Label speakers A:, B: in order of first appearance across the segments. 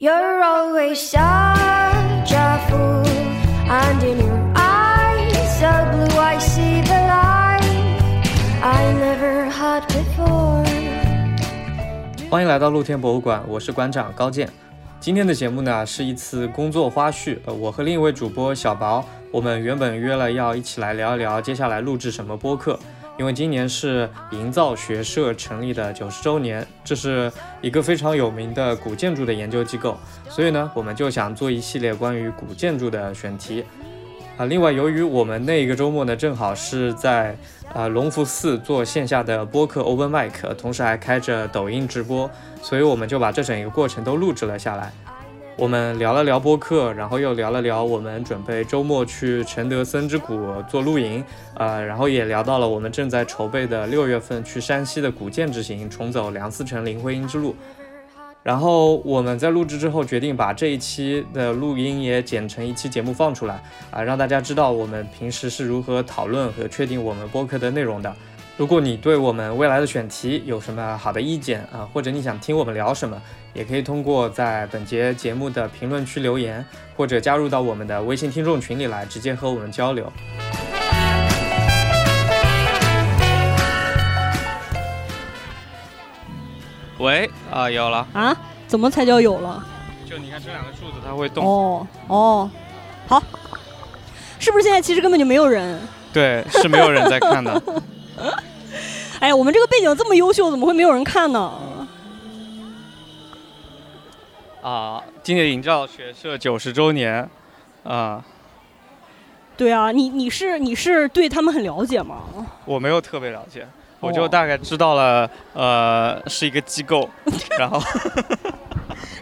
A: You're always such a fool, and in your eyes so blue, I see the light I never had before.
B: 欢迎来到露天博物馆，我是馆长高健。今天的节目呢是一次工作花絮，呃，我和另一位主播小薄，我们原本约了要一起来聊一聊接下来录制什么播客，因为今年是营造学社成立的九十周年，这是一个非常有名的古建筑的研究机构，所以呢，我们就想做一系列关于古建筑的选题。啊，另外，由于我们那个周末呢，正好是在啊、龙福寺做线下的播客 open mic，呃同时还开着抖音直播，所以我们就把这整一个过程都录制了下来。我们聊了聊播客，然后又聊了聊我们准备周末去承德森之谷做露营，呃，然后也聊到了我们正在筹备的六月份去山西的古建之行，重走梁思成林徽因之路。然后我们在录制之后决定把这一期的录音也剪成一期节目放出来，啊，让大家知道我们平时是如何讨论和确定我们播客的内容的。如果你对我们未来的选题有什么好的意见啊，或者你想听我们聊什么，也可以通过在本节节目的评论区留言，或者加入到我们的微信听众群里来，直接和我们交流。喂，啊、有了，
C: 啊？怎么才叫有了？
B: 就你看这两个柱子，它会动。
C: 哦哦，好，是不是现在其实根本就没有人？
B: 对，是没有人在看的。
C: 哎，我们这个背景这么优秀，怎么会没有人看呢？
B: 啊，今年营造学社九十周年，啊，
C: 对啊，你你是你是对他们很了解吗？
B: 我没有特别了解，我就
C: 哦
B: 大概知道了，呃，是一个机 构，然后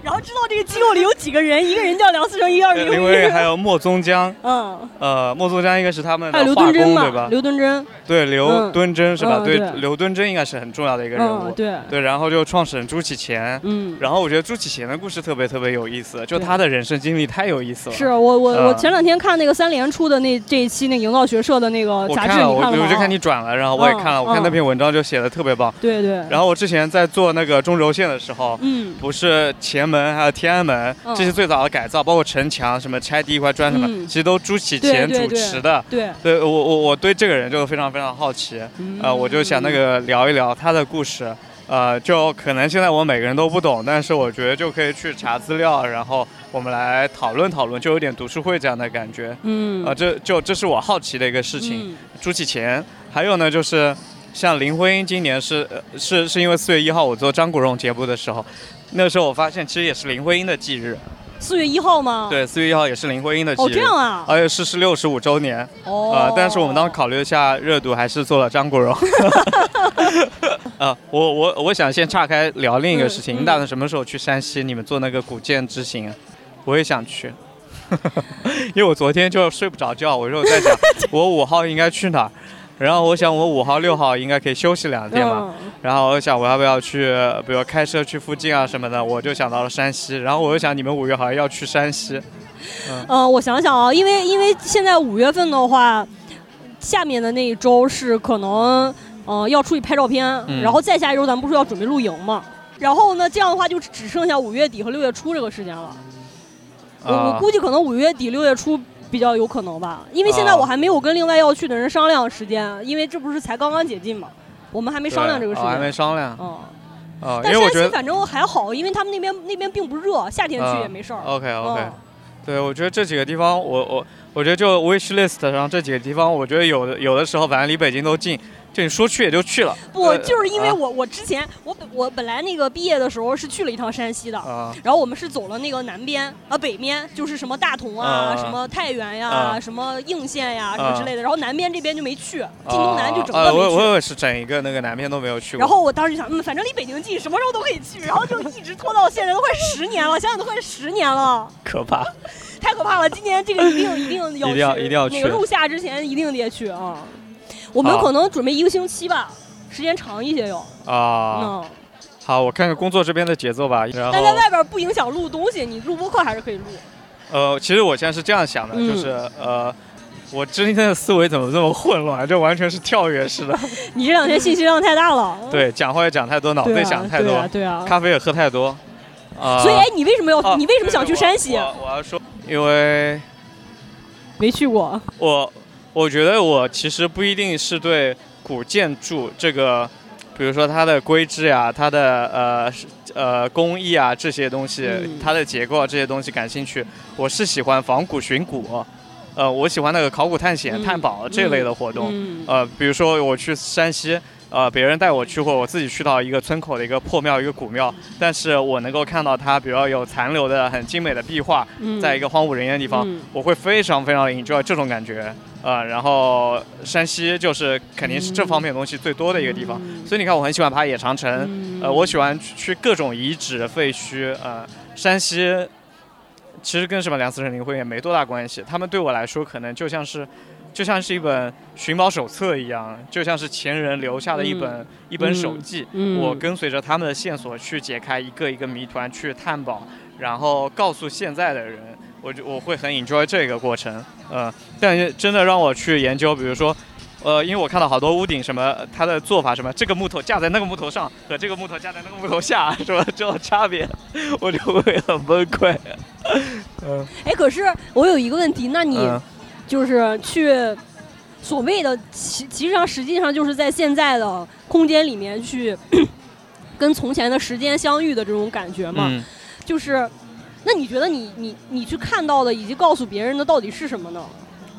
C: 然后知道这个机构里有几个人，一个人叫梁思成，一个叫
B: 呃林
C: 林
B: 徽
C: 徽
B: 因
C: 因，
B: 还有莫宗江，
C: 嗯，
B: 呃，莫宗江应该是他们
C: 还
B: 的
C: 有刘
B: 画
C: 敦桢
B: 工
C: 嘛，
B: 对吧？
C: 刘敦桢，
B: 对，刘
C: 嗯
B: 敦桢是吧？
C: 嗯
B: 对，
C: 对
B: 刘敦桢应该是很重要的一个人
C: 嗯，
B: 物。
C: 对，
B: 对，然后就创始人朱启贤，
C: 嗯。
B: 然后我觉得朱启贤的故事特别特别有意思，就
C: 对
B: 他的人生经历太有意思了。
C: 是哦啊我我、我
B: 嗯
C: 前两天看那个三联出的那这一期那个营造学社的那个
B: 我
C: 杂志，
B: 看了，啊
C: 你
B: 我
C: 看了吗？
B: 我就看你转了，然后我也看了，
C: 嗯
B: 我看那
C: 嗯
B: 篇文章就写的特别棒。
C: 对对，
B: 然后我之前在做那个中轴线的时候，
C: 嗯
B: 不是前门还有天安门
C: 嗯
B: 这些最早的改造，包括城墙什么拆第一块砖什么，
C: 嗯
B: 其实都朱启
C: 对
B: 贤
C: 对
B: 主
C: 对
B: 持的。
C: 对，
B: 对我我我对这个人就非常非常好奇，呃，我就想那个聊一聊他的故事，呃，就可能现在我每个人都不懂，但是我觉得就可以去查资料，然后我们来讨论讨论，就有点读书会这样的感觉，
C: 嗯
B: 啊、这就这是我好奇的一个事情。
C: 嗯
B: 朱启贤，还有呢就是像林徽因，今年是呃是是因为四月一号我做张国荣节目的时候，那时候我发现其实也是林徽因的忌日，
C: 四月一号吗？，
B: 对，四月一号也是林徽因的忌日，
C: 哦，这样啊，
B: 而且是是六十五周年，
C: 哦，
B: 呃，但是我们当时考虑一下热度，还是做了张国 荣。啊，我我我想先岔开聊另一个事情，
C: 嗯
B: 你打算什么时候去山西？你们做那个古建之行啊？我也想去， 因为我昨天就睡不着觉，我说我在 想，我五号应该去哪儿？然后我想我五号六号应该可以休息两天吧。
C: 嗯
B: 然后我想我要不要去，比如开车去附近啊什么的，我就想到了山西。然后我又想你们五月好像要去山西，
C: 呃，我想想啊，因为因为现在五月份的话，下面的那一周是可能，呃，要出去拍照片，
B: 嗯
C: 然后再下一周咱们不是要准备露营嘛？然后呢，这样的话就只剩下五月底和六月初这个时间了。我我
B: 啊
C: 估计可能五月底六月初比较有可能吧，因为现在
B: 啊
C: 我还没有跟另外要去的人商量时间，因为这不是才刚刚解禁嘛，我们还没
B: 对
C: 商量这个事
B: 哦还没
C: 情。
B: 商量
C: 嗯，
B: 啊，因
C: 但
B: 为我
C: 山
B: 觉
C: 西
B: 得
C: 反正还好，因为他们那边那边并不热，夏天去
B: 嗯
C: 也没事儿。
B: OK OK，、哦
C: 嗯
B: 对我觉得这几个地方，我我我觉得就 wish list 上这几个地方，我觉得有的有的时候反正离北京都近，就你说去也就去了。
C: 不，
B: 呃
C: 就是因为
B: 啊
C: 我我之前我本我本来那个毕业的时候是去了一趟山西的，
B: 啊
C: 然后我们是走了那个南边啊北边，就是什么大同
B: 啊
C: 啊、
B: 啊
C: 什么太原呀、
B: 啊
C: 什么应县
B: 啊
C: 呀、什么之类的，然后南边这边就没去，晋东南就整
B: 啊啊
C: 个
B: 我
C: 没去。
B: 我也是整一个那个南边都没有去过。
C: 然后我当时就想，嗯，反正离北京近，什么时候都可以去，然后就一直拖到现在，都快十年了，想想都快十年了，
B: 可怕，
C: 太可怕了！今年这个一 定一定要
B: 一定要
C: 去
B: 一定要
C: 那
B: 去
C: 个入夏之前一定得去啊！我们
B: 好
C: 可能准备一个星期吧，时间长一些有。
B: 啊！
C: 嗯。
B: 好，我看看工作这边的节奏吧。然
C: 但在
B: 后
C: 外边不影响录东西，你录播课还是可以录。
B: 呃，其实我现在是这样想的，
C: 嗯
B: 就是呃。我今天的思维怎么这么混乱？这完全是跳跃式 的。
C: 你这两天信息量太大了。
B: 对，讲话也讲太多，脑子
C: 对啊，
B: 也想太
C: 对
B: 多，
C: 啊，对啊。
B: 咖啡也喝太多。啊
C: 所以，哎，你为什么要、
B: 哦
C: 你为什么想去
B: 对
C: 山西啊
B: 我？我我要说，因为
C: 没去过，
B: 我我觉得我其实不一定是对古建筑这个，比如说它的规制呀、它的呃是呃工艺啊这些东西，
C: 嗯
B: 它的结构啊这些东西感兴趣。我是喜欢仿古寻古，呃，我喜欢那个考古探险、
C: 嗯
B: 探宝这类的活动。
C: 嗯
B: 呃，比如说我去山西，呃，别人带我去，或者我自己去到一个村口的一个破庙、一个古庙，但是我能够看到它，比如说有残留的很精美的壁画，
C: 嗯
B: 在一个荒无人烟的地方，
C: 嗯
B: 我会非常非常 enjoy 这种感觉。呃，然后山西就是肯定是这方面东西最多的一个地方，
C: 嗯
B: 所以你看我很喜欢爬野长城，
C: 嗯
B: 呃，我喜欢去去各种遗址废墟，呃，山西。其实跟什么梁思成、林徽也没多大关系，他们对我来说可能就像是，就像是一本寻宝手册一样，就像是前人留下的一本、
C: 嗯
B: 一本手记。
C: 嗯嗯
B: 我跟随着他们的线索去解开一个一个谜团，去探宝，然后告诉现在的人，我就我会很 enjoy 这个过程。呃，但是真的让我去研究，比如说。呃，因为我看到好多屋顶什么，它的做法什么，这个木头架在那个木头上和这个木头架在那个木头下，是吧？这种差别，我就会很崩溃。嗯，
C: 哎，可是我有一个问题，那你
B: 嗯
C: 就是去所谓的其其实上实际上就是在现在的空间里面去跟从前的时间相遇的这种感觉嘛？
B: 嗯
C: 就是，那你觉得你你你去看到的以及告诉别人的到底是什么呢？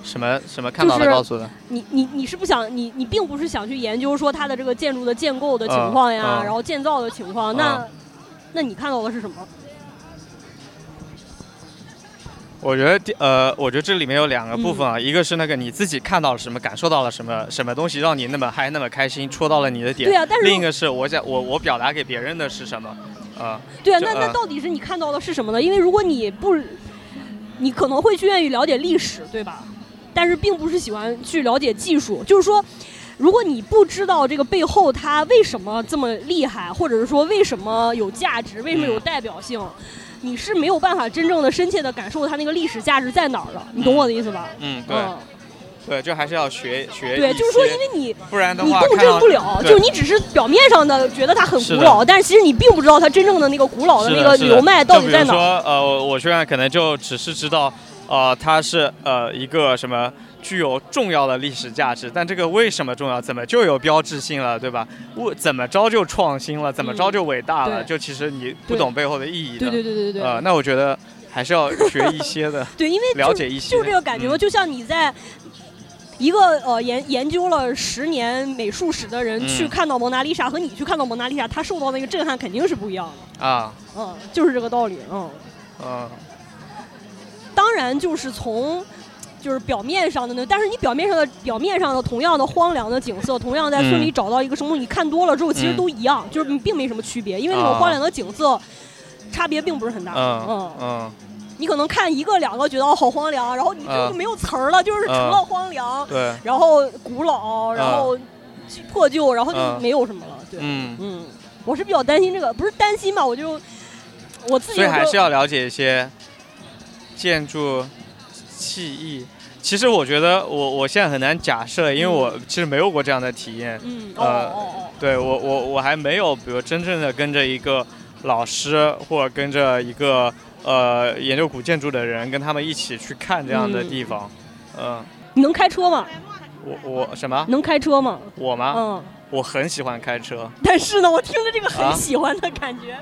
B: 什么什么看到的
C: 就是
B: 告诉的，
C: 你你你是不想你你并不是想去研究说它的这个建筑的建构的情况呀，
B: 嗯嗯
C: 然后建造的情况，那那你看到的是什么？
B: 我觉得第呃，我觉得这里面有两个部分啊，
C: 嗯
B: 一个是那个你自己看到了什么，感受到了什么，什么东西让你那么嗨、那么开心，戳到了你的点。
C: 对啊但是
B: 另一个是我想我我表达给别人的是什么，啊、
C: 对啊，
B: 就
C: 那那
B: 嗯
C: 到底是你看到的是什么呢？因为如果你不，你可能会去愿意了解历史，对吧？但是并不是喜欢去了解技术，就是说，如果你不知道这个背后它为什么这么厉害，或者是说为什么有价值，为什
B: 嗯
C: 么有代表性，你是没有办法真正的深切的感受它那个历史价值在哪儿的。你懂我的意思吧？
B: 嗯，对、
C: 嗯，
B: 对，就还是要学学一些。
C: 对，就是说，因为你
B: 不然的
C: 你
B: 话，
C: 共
B: 看
C: 振
B: 到
C: 不了，
B: 对
C: 就是你只是表面上的觉得它很
B: 是
C: 古
B: 的
C: 老，但是其实你并不知道它真正的那个古老
B: 是的
C: 那个
B: 是的
C: 流脉到底在
B: 就比
C: 哪
B: 如
C: 儿。
B: 说，呃，我我虽然可能就只是知道，呃，它是呃一个什么具有重要的历史价值，但这个为什么重要？怎么就有标志性了，对吧？我怎么着就创新了？怎么着就伟大了？
C: 嗯对
B: 就其实你不
C: 对
B: 懂背后的意义的。
C: 对对对对对对，，
B: 呃，那我觉得还是要学一些的
C: 对，因为 就
B: 了解一些。
C: 就这个感觉嘛，
B: 嗯
C: 就像你在一个呃研研究了十年美术史的人
B: 嗯
C: 去看到蒙娜丽莎和你去看到蒙娜丽莎，他受到那个震撼肯定是不一样的，
B: 啊，
C: 嗯，就是这个道理，嗯，
B: 嗯
C: 当然就是从。就是表面上的呢，但是你表面上的表面上的同样的荒凉的景色，同样在村里
B: 嗯
C: 找到一个什么，你看多了之后其实
B: 嗯
C: 都一样，就是并没什么区别，因为那种
B: 啊
C: 荒凉的景色差别并不是很大。
B: 嗯嗯，
C: 你可能看一个两个觉得哦好荒凉，然后你
B: 啊
C: 就没有词儿了，就是除了荒凉，
B: 对，
C: 然后古老，然后破旧，然后就
B: 啊
C: 没有什么了。对，
B: 嗯，
C: 嗯，我是比较担心这个，不是担心吧，我就我自己
B: 所以还
C: 我
B: 是
C: 就
B: 要了解一些建筑技艺。其实我觉得我我现在很难假设，因为我其实没有过这样的体验。
C: 嗯哦
B: 呃
C: 哦
B: 对我我我还没有，比如真正的跟着一个老师或者跟着一个呃研究古建筑的人，跟他们一起去看这样的
C: 嗯
B: 地方。嗯，
C: 哦，你能开车吗？
B: 我我什么？
C: 能开车吗？
B: 我吗？
C: 嗯，
B: 我很喜欢开车，
C: 但是呢，我听着这个很
B: 啊
C: 喜欢的感 觉，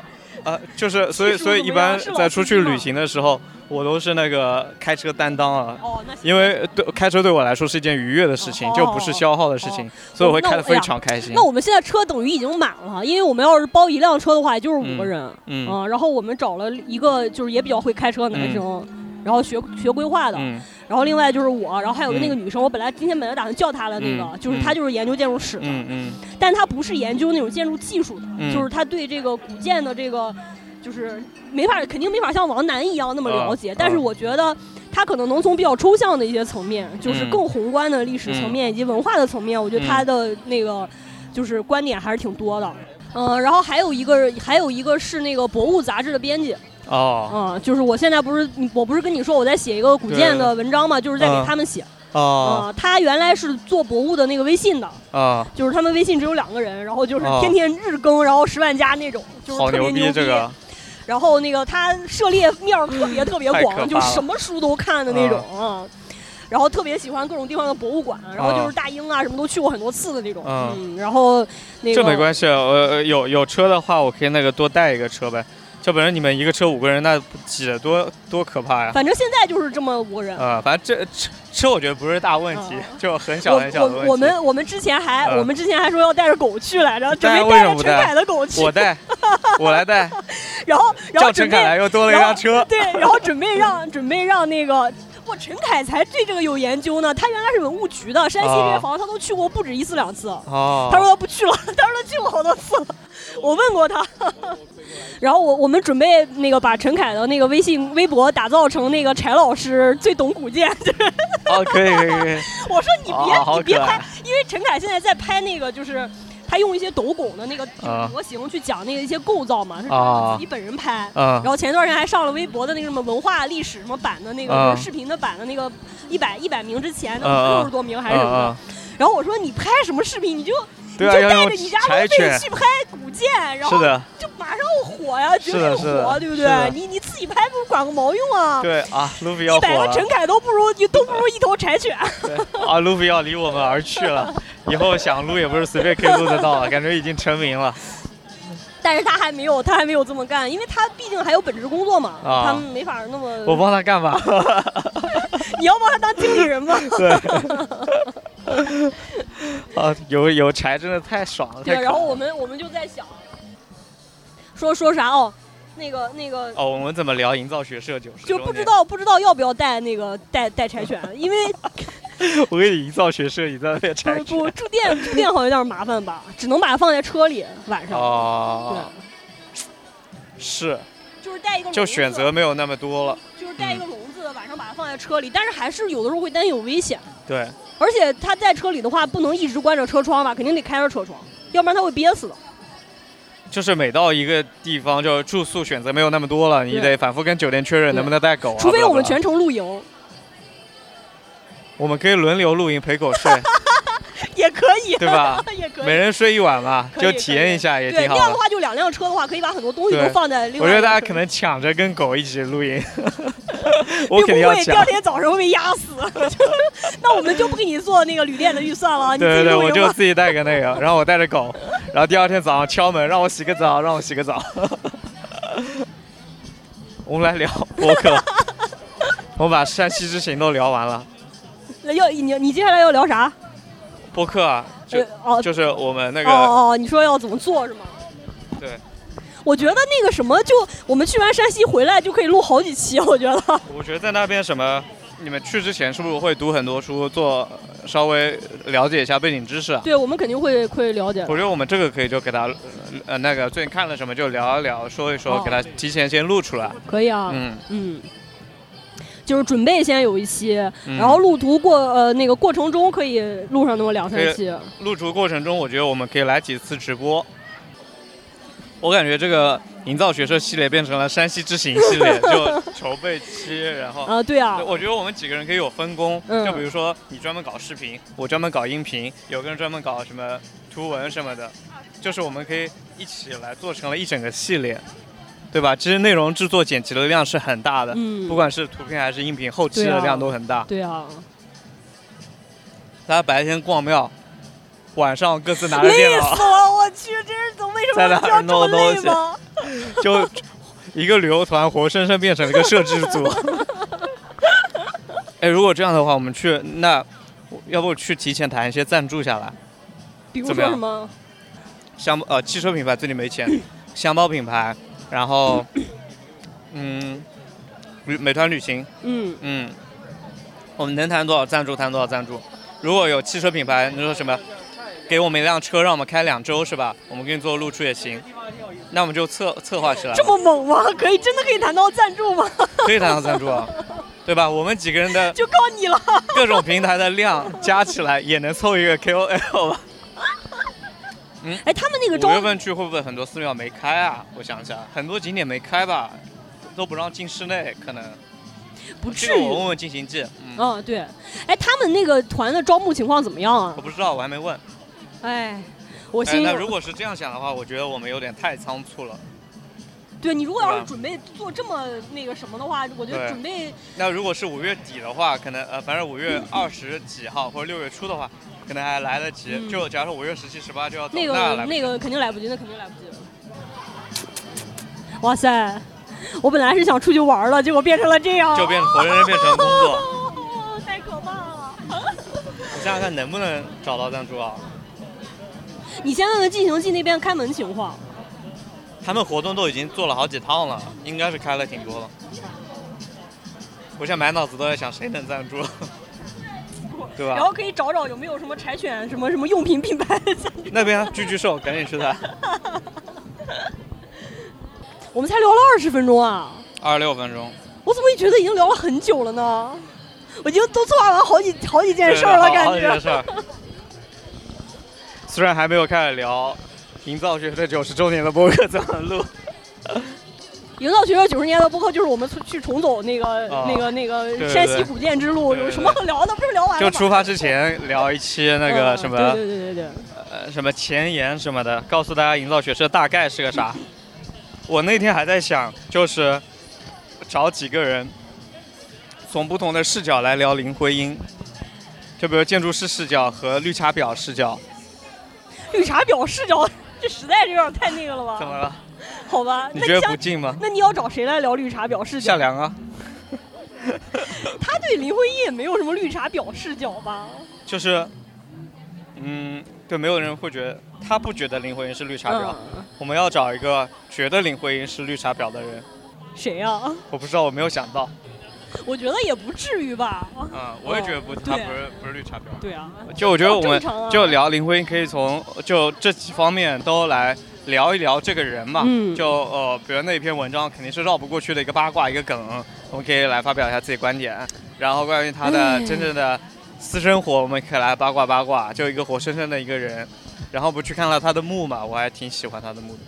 B: 呃，就是所以
C: 技术
B: 所以
C: 怎么
B: 一般
C: 样是老
B: 在出
C: 司机
B: 去
C: 吗
B: 旅行的时候，我都是那个开车担当啊，
C: 哦，那行
B: 因为对开车对我来说是一件愉悦的事情，
C: 哦
B: 就不是消耗的事情，所以我会开得非常开心。
C: 那我们现在车等于已经满了，因为我们要是包一辆车的话，也就是五个
B: 嗯
C: 人。
B: 嗯
C: 嗯，然后我们找了一个就是也比较会开车的男生，然后学学规划的，
B: 嗯
C: 然后另外就是我，然后还有那个
B: 嗯
C: 女生，我本来今天本来打算叫她的那个，
B: 嗯
C: 就是她
B: 嗯
C: 就是研究建筑史的，
B: 嗯嗯
C: 但她不是研究那种建筑技术的，
B: 嗯
C: 就是她对这个古建的这个就是没法肯定没法像王楠一样那么了解，
B: 啊
C: 但是
B: 啊
C: 我觉得。她可能能从比较抽象的一些层面，就是
B: 嗯
C: 更宏观的历史层面以及文化的层面，我觉得她
B: 嗯
C: 的那个就是观点还是挺多的。嗯，然后还有一个还有一个是那个《博物》杂志的编辑，
B: 哦
C: 嗯，就是我现在不是我不是跟你说我在写一个古建的文章嘛，就是在给
B: 嗯
C: 他们写。
B: 哦
C: 啊，他原来是做博物的那个微信的，
B: 哦，
C: 就是他们微信只有两个人，然后就是
B: 哦
C: 天天日更，然后十万加那种，就是
B: 好
C: 特
B: 牛
C: 别逼。
B: 这个，
C: 然后那个他涉猎面儿特别特别
B: 太可怕
C: 广，
B: 了
C: 就什么书都看的那种啊。然后特别喜欢各种地方的博物馆，然后就是大英啊什么都去过很多次的那种。
B: 啊
C: 嗯，然后那个
B: 这没关系，呃，有有车的话，我可以那个多带一个车呗。要不然你们一个车五个人，那挤得多多可怕呀！
C: 反正现在就是这么五个人。
B: 呃，反正这车车我觉得不是大问题，
C: 啊
B: 就很小
C: 我
B: 很小的问题。
C: 我我们我们之前还、
B: 嗯
C: 我们之前还说要带着狗去来着，准
B: 带
C: 备
B: 为什
C: 带
B: 么
C: 着
B: 不
C: 陈
B: 带
C: 凯的狗去
B: 我，带，我来 带，
C: 然后然
B: 叫
C: 后
B: 陈
C: 准
B: 凯来
C: 备
B: 又多了一辆车。
C: 对，然后准备让准备让那个。哇，陈凯才对这个有研究呢。他原来是文物局的，山西这些
B: 啊
C: 房子他都去过不止一次两次。
B: 哦，
C: 他说他不去了， 他说他去过好多次了，我问过他。 然后我我们准备那个把陈凯的那个微信微博打造成那个柴老师最懂古建，就是
B: 哦，可以可以 可以，
C: 我说你别、
B: 哦好
C: 你别
B: 可爱
C: 拍，因为陈凯现在在拍那个就是。他用一些斗拱的那个
B: 啊
C: 模型去讲那个一些构造嘛，是
B: 啊
C: 自己本人拍。
B: 啊
C: 然后前段时间还上了微博的那个什么文化历史什么版的那个、
B: 啊
C: 视频的版的那个一百一百名之前
B: 啊
C: 的
B: 啊
C: 六十多名还
B: 嗯
C: 是什么的。
B: 嗯，
C: 然后我说你拍什么视频，你就
B: 对啊
C: 你就
B: 要
C: 带
B: 用
C: 着你家
B: 柴
C: 路
B: 犬
C: 费去拍古建，然后
B: 是的，
C: 就马上火呀，绝
B: 是的
C: 对
B: 是的
C: 火，对不
B: 是的
C: 对？你你自己拍不管个毛用啊！
B: 对啊，路飞要
C: 一
B: 火
C: 百个
B: 了，
C: 陈凯都不如，你都不如一头柴犬。
B: 对啊，路飞要离我们而去了，以后想录也不是随便可以录得到了，啊感觉已经成名了。
C: 但是他还没有，他还没有这么干，因为他毕竟还有本职工作嘛，
B: 啊
C: 他没法那么。
B: 我帮他干 吧，
C: 你要帮他当经理人 吗？
B: 对，啊，有有柴真的太爽了，
C: 对，
B: 太可
C: 然后
B: 爱了
C: 我们我们就在想，说说啥哦，那个那个。
B: 哦，我们怎么聊营造学社九十
C: 就
B: 周
C: 不知
B: 年？
C: 道不知道要不要带那个带带 柴犬，因为
B: 我给你营造学社，你在那边柴
C: 不
B: 犬
C: 不住店住店好像有点麻烦吧，只能把它放在车里晚上。
B: 哦，
C: 对，
B: 是，
C: 就是带一个笼子
B: 就选择没有那么多了。
C: 就是带一个笼子，晚上把它放在车里，但是还是有的时候会担心有危险，
B: 对，
C: 而且它在车里的话不能一直关着车窗吧，肯定得开着车窗，要不然它会憋
B: 啊
C: 死的。
B: 就是每到一个地方，就是住宿选择没有那么多了，你
C: 对
B: 得反复跟酒店确认
C: 对
B: 能不能带狗啊。
C: 除非我
B: 巴拉巴
C: 们
B: 拉
C: 全程露营
B: 我们可以轮流露营陪狗睡，
C: 也可以，啊
B: 对吧？
C: 也可
B: 每
C: 以。
B: 人睡一晚嘛，
C: 可以
B: 就体验一下也
C: 对，
B: 挺
C: 那
B: 好
C: 样的
B: 的。
C: 话就两辆车的话，可以把很多东西
B: 对
C: 都放在另
B: 我
C: 外
B: 觉得
C: 一辆车里。
B: 大家可能抢着跟狗一起露 营，我肯
C: 并
B: 定
C: 不
B: 要
C: 会第
B: 抢
C: 二。天早上会被压死。 那我们就不给你做那个旅店的预算了，你自
B: 对对
C: 己
B: 对，
C: 露
B: 我
C: 营
B: 就
C: 吧。
B: 自己带个那个， 然后我带着狗，然后第二天早上敲门，让我洗个澡，让我洗个澡。 我们来聊播 客，我们把山西之行都聊完了。
C: 那要你你接下来要聊啥？
B: 播客啊，就
C: 呃哦
B: 就是我们那个
C: 哦哦，你说要怎么做是吗？
B: 对，
C: 我觉得那个什么，就我们去完山西回来就可以录好几期，我觉得。
B: 我觉得在那边什么，你们去之前是不是会读很多书，做呃稍微了解一下背景知识啊？
C: 对，我们肯定会会了解。
B: 我觉得我们这个可以就给他，呃，那个最近看了什么就聊一聊，说一说，
C: 哦
B: 给他提前先录出来。
C: 可以啊，
B: 嗯，
C: 嗯就是准备先有一期，
B: 嗯
C: 然后路途过呃那个过程中可以录上那么两三期。
B: 录出过程中，我觉得我们可以来几次直播。我感觉这个营造学社系列变成了山西之行系列，就筹备期，然后
C: 啊，对啊
B: 对，我觉得我们几个人可以有分工，
C: 嗯
B: 就比如说你专门搞视频，我专门搞音频，有个人专门搞什么图文什么的，就是我们可以一起来做成了一整个系列，对吧？其实内容制作剪辑的量是很大的，
C: 嗯
B: 不管是图片还是音频，后期
C: 对啊
B: 的量都很大。
C: 对啊，
B: 大家白天逛庙，晚上各自拿着电
C: 累
B: 脑
C: 死了！我去，这是怎么为什么
B: 在那
C: 要
B: 儿
C: 这么
B: 弄
C: 累
B: 东西
C: 吗？
B: 就。一个旅游团活生生变成了一个摄制组。 哎，如果这样的话，我们去那，要不去提前谈一些赞助下来？
C: 比如
B: 怎么
C: 说
B: 样
C: 什么？
B: 香呃汽车品牌最近没钱，箱包品牌，然后嗯，旅美团旅行，
C: 嗯，
B: 嗯，我们能谈多少赞助谈多少赞助。如果有汽车品牌，你说什么，给我们一辆车，让我们开两周是吧？我们给你做露出也行。那我们就策策划起来
C: 这，么猛吗？可以真的可以谈到赞助吗？
B: 可以谈到赞助啊，对吧？我们几个人的
C: 就靠你了。
B: 各种平台的量加起来，也能凑一个 KOL 吧。
C: 哎，他们那个
B: 五
C: 招
B: 月份去会不会很多寺庙没开啊？我想想，很多景点没开吧，都不让进室内，可能。
C: 不
B: 这
C: 至
B: 个
C: 于
B: 我。问问进行记，嗯，
C: 嗯，对，哎，他们那个团的招募情况怎么样啊
B: 我？不知道，我还没问。
C: 哎，我
B: 哦哎，
C: 心、
B: 那如果是这样想的话，我觉得我们有点太仓促了。
C: 对你如果要
B: 对
C: 是准备做这么那个什么的话，我觉得
B: 对
C: 准备
B: 那如果是五月底的话，可能呃，反正五月二十几号或者六月初的话，可能还来得及。
C: 嗯
B: 就假如说五月十七、十八就要走，
C: 那
B: 那
C: 个
B: 来不及
C: 那个肯定来不及，那肯定来不及。哇塞，我本来是想出去玩了，结果变成了这样，
B: 就变活生生变成工作。
C: 哦 太可怕了！
B: 你想想看能不能找到赞助啊？
C: 你先问问进行记那边开门情况。
B: 他们活动都已经做了好几趟了，应该是开了挺多了。我现在满脑子都在想谁能赞 助，对
C: 然
B: 吧？
C: 后可以找找有没有什么柴犬什么什么用品品牌的赞助。
B: 那边狙狙兽，赶紧去它。
C: 我们才聊了二十分钟啊，
B: 二十六分钟，
C: 我怎么觉得已经聊了很久了呢？我已经都策划完好几好几件事儿了，
B: 对
C: 感
B: 好好几件事
C: 觉。
B: 儿。虽然还没有开始聊营造学的九十周年的播客怎么录，
C: 营造学院九十年的播客就是我们去重走那个、
B: 哦
C: 那个那个
B: 对
C: 山西古建之路，
B: 对对
C: 有什么可聊的？不是聊 完了
B: 就
C: 吗？
B: 出发之前聊一期那个
C: 嗯
B: 什么、
C: 对对对对对，
B: 呃什么前言什么的，告诉大家营造学社大概是个啥。我那天还在想，就是找几个人，从不同的视角来聊林徽因，就比如建筑师视角和绿茶婊视角，
C: 绿茶婊视角，这实在是有点太那个了吧？
B: 怎么了？
C: 好吧？
B: 你
C: 那
B: 觉得
C: 像
B: 不近吗？
C: 那你要找谁来聊绿茶婊视
B: 夏
C: 角？
B: 凉啊，
C: 他对林徽因也没有什么绿茶婊视角吧？
B: 就是，嗯，对，没有人会觉得他不觉得林徽因是绿茶婊，
C: 嗯、
B: 我们要找一个觉得林徽因是绿茶婊的人。
C: 谁呀、
B: 我不知道，我没有想到。
C: 我觉得也不至于吧？
B: 嗯，我也觉得不，他不是不是绿茶婊。
C: 哦对啊，
B: 就我觉得我
C: 正常啊
B: 们就聊林徽因，可以从就这几方面都来聊一聊这个人嘛。
C: 嗯
B: 就呃，比如那篇文章肯定是绕不过去的一个八卦一个梗，我们可以来发表一下自己观点。然后关于他的
C: 哎
B: 真正的私生活，我们可以来八卦八卦，就一个活生生的一个人。然后不去看了他的墓嘛，我还挺喜欢他的墓的，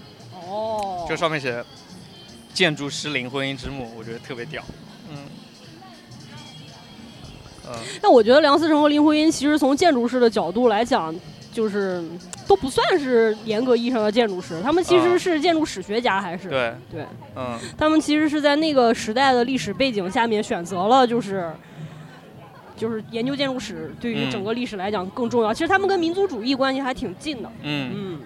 C: 哦，
B: 就上面写“建筑师林徽因之墓”，我觉得特别屌。嗯，嗯。
C: 但我觉得梁思成和林徽因其实从建筑师的角度来讲，就是都不算是严格意义上的建筑师，他们其实
B: 嗯
C: 是建筑史学家，还是、
B: 对，
C: 对，
B: 嗯，
C: 他们其实是在那个时代的历史背景下面选择了就是。就是研究建筑史对于
B: 嗯
C: 整个历史来讲更重要。其实他们跟民族主义关系还挺近的，
B: 嗯，
C: 嗯，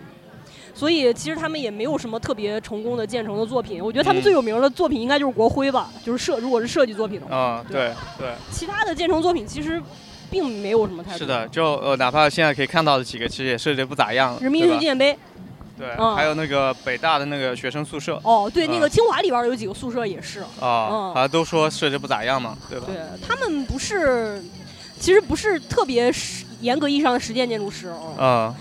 C: 所以其实他们也没有什么特别成功的建成的作品。我觉得他们
B: 嗯
C: 最有名的作品应该就是国徽吧，就是设如果是设计作品的话，
B: 嗯，对对，
C: 其他的建成作品其实并没有什么太多。
B: 是的，就呃，哪怕现在可以看到的几个，其实也设计的不咋样，
C: 人民艺术
B: 对吧
C: 纪念碑。
B: 对，
C: 嗯
B: 还有那个北大的那个学生宿舍
C: 哦，对，那个
B: 嗯
C: 清华里边有几个宿舍也是，嗯
B: 啊，好像都说设计不咋样嘛，对吧？
C: 对他们不是，其实不是特别实严格意义上的实践建筑师哦，
B: 嗯，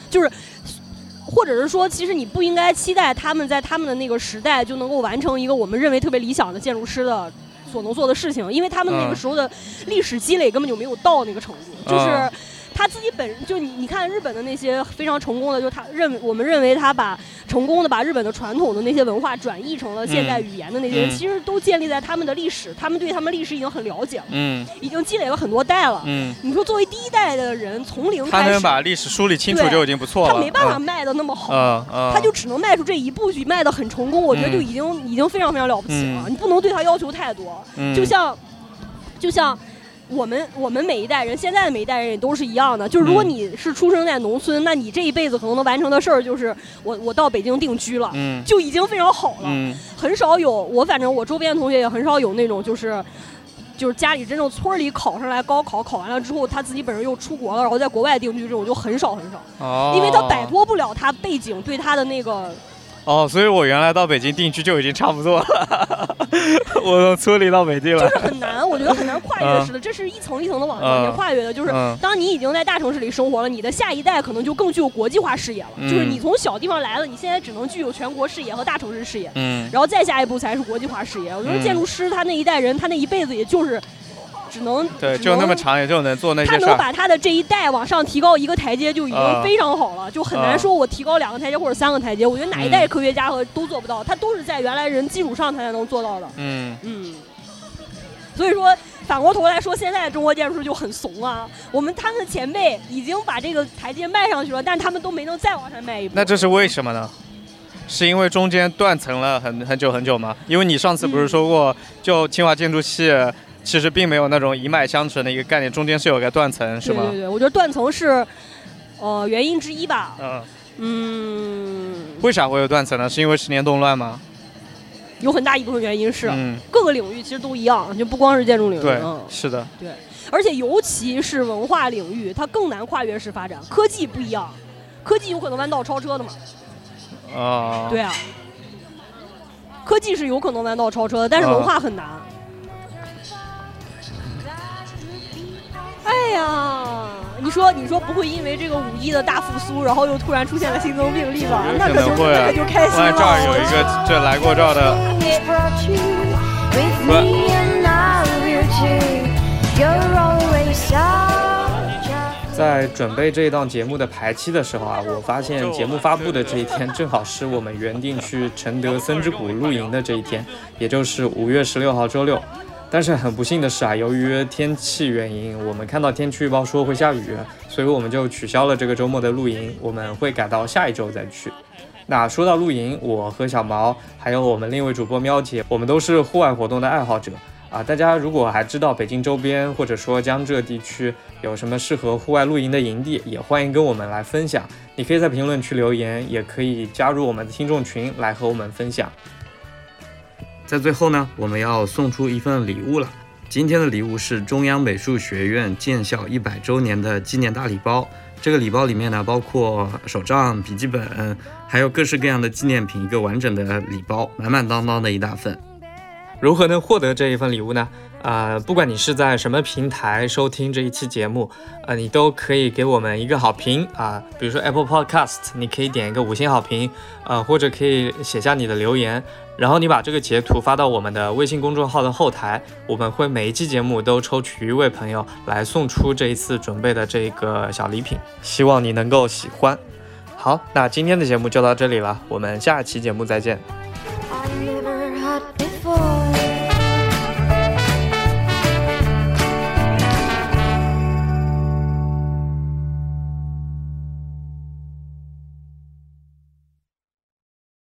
C: 或者是说，其实你不应该期待他们在他们的那个时代就能够完成一个我们认为特别理想的建筑师的。所能做的事情，因为他们那个
B: 嗯
C: 时候的历史积累根本就没有到那个程度，就是
B: 嗯
C: 他自己本就你你看日本的那些非常成功的，就是他认为我们认为他把成功的把日本的传统的那些文化转译成了现代语言的那些
B: 嗯
C: 人，其实都建立在他们的历史，他们对他们历史已经很了解了，
B: 嗯
C: 已经积累了很多代了。
B: 嗯，
C: 你说作为第一代的人从零
B: 他
C: 开
B: 能
C: 始，
B: 把历史梳理清楚
C: 对
B: 就已经不错了，
C: 他没办法
B: 嗯，
C: 卖的那么好，
B: 嗯嗯，
C: 他就只能卖出这一部剧，卖的很成功，我觉得
B: 嗯
C: 就已经、已经非常非常了不起了。
B: 嗯
C: 你不能对他要求太多，
B: 嗯
C: 就像就像。我们我们每一代人，现在的每一代人也都是一样的。就是如果
B: 嗯
C: 你是出生在农村，那你这一辈子可能能完成的事儿就是我我到北京定居了，
B: 嗯
C: 就已经非常好了。
B: 嗯
C: 很少有我，反正我周边的同学也很少有那种就是。就是家里真正村儿里考上来高考，考完了之后他自己本人又出国了，然后在国外定居这种就很少很少，
B: 哦，
C: 因为他摆脱不了他背景对他的那个，
B: 哦，所以我原来到北京定居就已经差不多了， 我从村里到北京
C: 就
B: 了
C: 是，很难，我觉得很难跨越似的，这是一层一层的往往前
B: 嗯
C: 跨越的。就是
B: 嗯
C: 当你已经在大城市里生活了，你的下一代可能就更具有国际化视野了，
B: 嗯
C: 就是你从小地方来了，你现在只能具有全国视野和大城市视野，
B: 嗯
C: 然后再下一步才是国际化视野。我觉得
B: 嗯
C: 建筑师他那一代人，他那一辈子也就是只能
B: 对，
C: 只
B: 就那
C: 能
B: 么长，也就能做那
C: 他
B: 些事
C: 能
B: 儿，
C: 把他的这一代往上提高一个台阶，就已经
B: 啊
C: 非常好了，就很难
B: 啊
C: 说我提高两个台阶或者三个台阶。我觉得哪一
B: 嗯
C: 代科学家和都做不到，他都是在原来人基础上他才能做到的。
B: 嗯
C: 嗯，所以说反过头来说，现在中国建筑师就很怂啊。我们他们的前辈已经把这个台阶迈上去了，但他们都没能再往上迈一步。
B: 那这是为什么呢？是因为中间断层了很很久很久吗？因为你上次不是说过，就清华建筑系其实并没有那种一脉相承的一个概念，中间是有个断层，是
C: 对
B: 吗？
C: 对对，我觉得断层是呃原因之一吧。
B: 嗯，
C: 嗯，
B: 为啥会有断层呢？是因为十年动乱吗？
C: 有很大一部分原因是、
B: 嗯，
C: 各个领域其实都一样，就不光是建筑领域。
B: 对
C: 嗯，
B: 是的，
C: 而且尤其是文化领域，它更难跨越式发展。科技不一样，科技有可能弯道超车的嘛？
B: 啊、
C: 对啊，科技是有可能弯道超车的，但是文化
B: 啊
C: 很难。哎呀，你说你说不会因为这个五一的大复苏，然后又突然出现了新增病例吧？
B: 有
C: 那
B: 可
C: 可就
B: 能会啊
C: 那可就开心
B: 哇，
C: 了。
B: 这儿有一个这来过这儿的，
D: 在准备这一档节目的排期的时候啊，我发现节目发布的这一天，正好是我们原定去承德森之谷露营的这一天，也就是五月十六号周六。但是很不幸的是啊，由于天气原因，我们看到天气预报说会下雨，所以我们就取消了这个周末的露营，我们会改到下一周再去。那说到露营，我和小毛还有我们另一位主播喵姐，我们都是户外活动的爱好者啊。大家如果还知道北京周边或者说江浙地区有什么适合户外露营的营地，也欢迎跟我们来分享。你可以在评论区留言，也可以加入我们的听众群来和我们分享。在最后呢，我们要送出一份礼物了。今天的礼物是中央美术学院建校一百周年的纪念大礼包。这个礼包里面呢，包括手账、笔记本，还有各式各样的纪念品，一个完整的礼包，满满当当的一大份。如何能获得这一份礼物呢？呃，不管你是在什么平台收听这一期节目，呃，你都可以给我们一个好评啊、比如说 Apple Podcast，你可以点一个五星好评，呃，或者可以写下你的留言，然后你把这个截图发到我们的微信公众号的后台，我们会每一期节目都抽取一位朋友来送出这一次准备的这个小礼品，希望你能够喜欢。好，那今天的节目就到这里了，我们下期节目再见。
A: I never had before.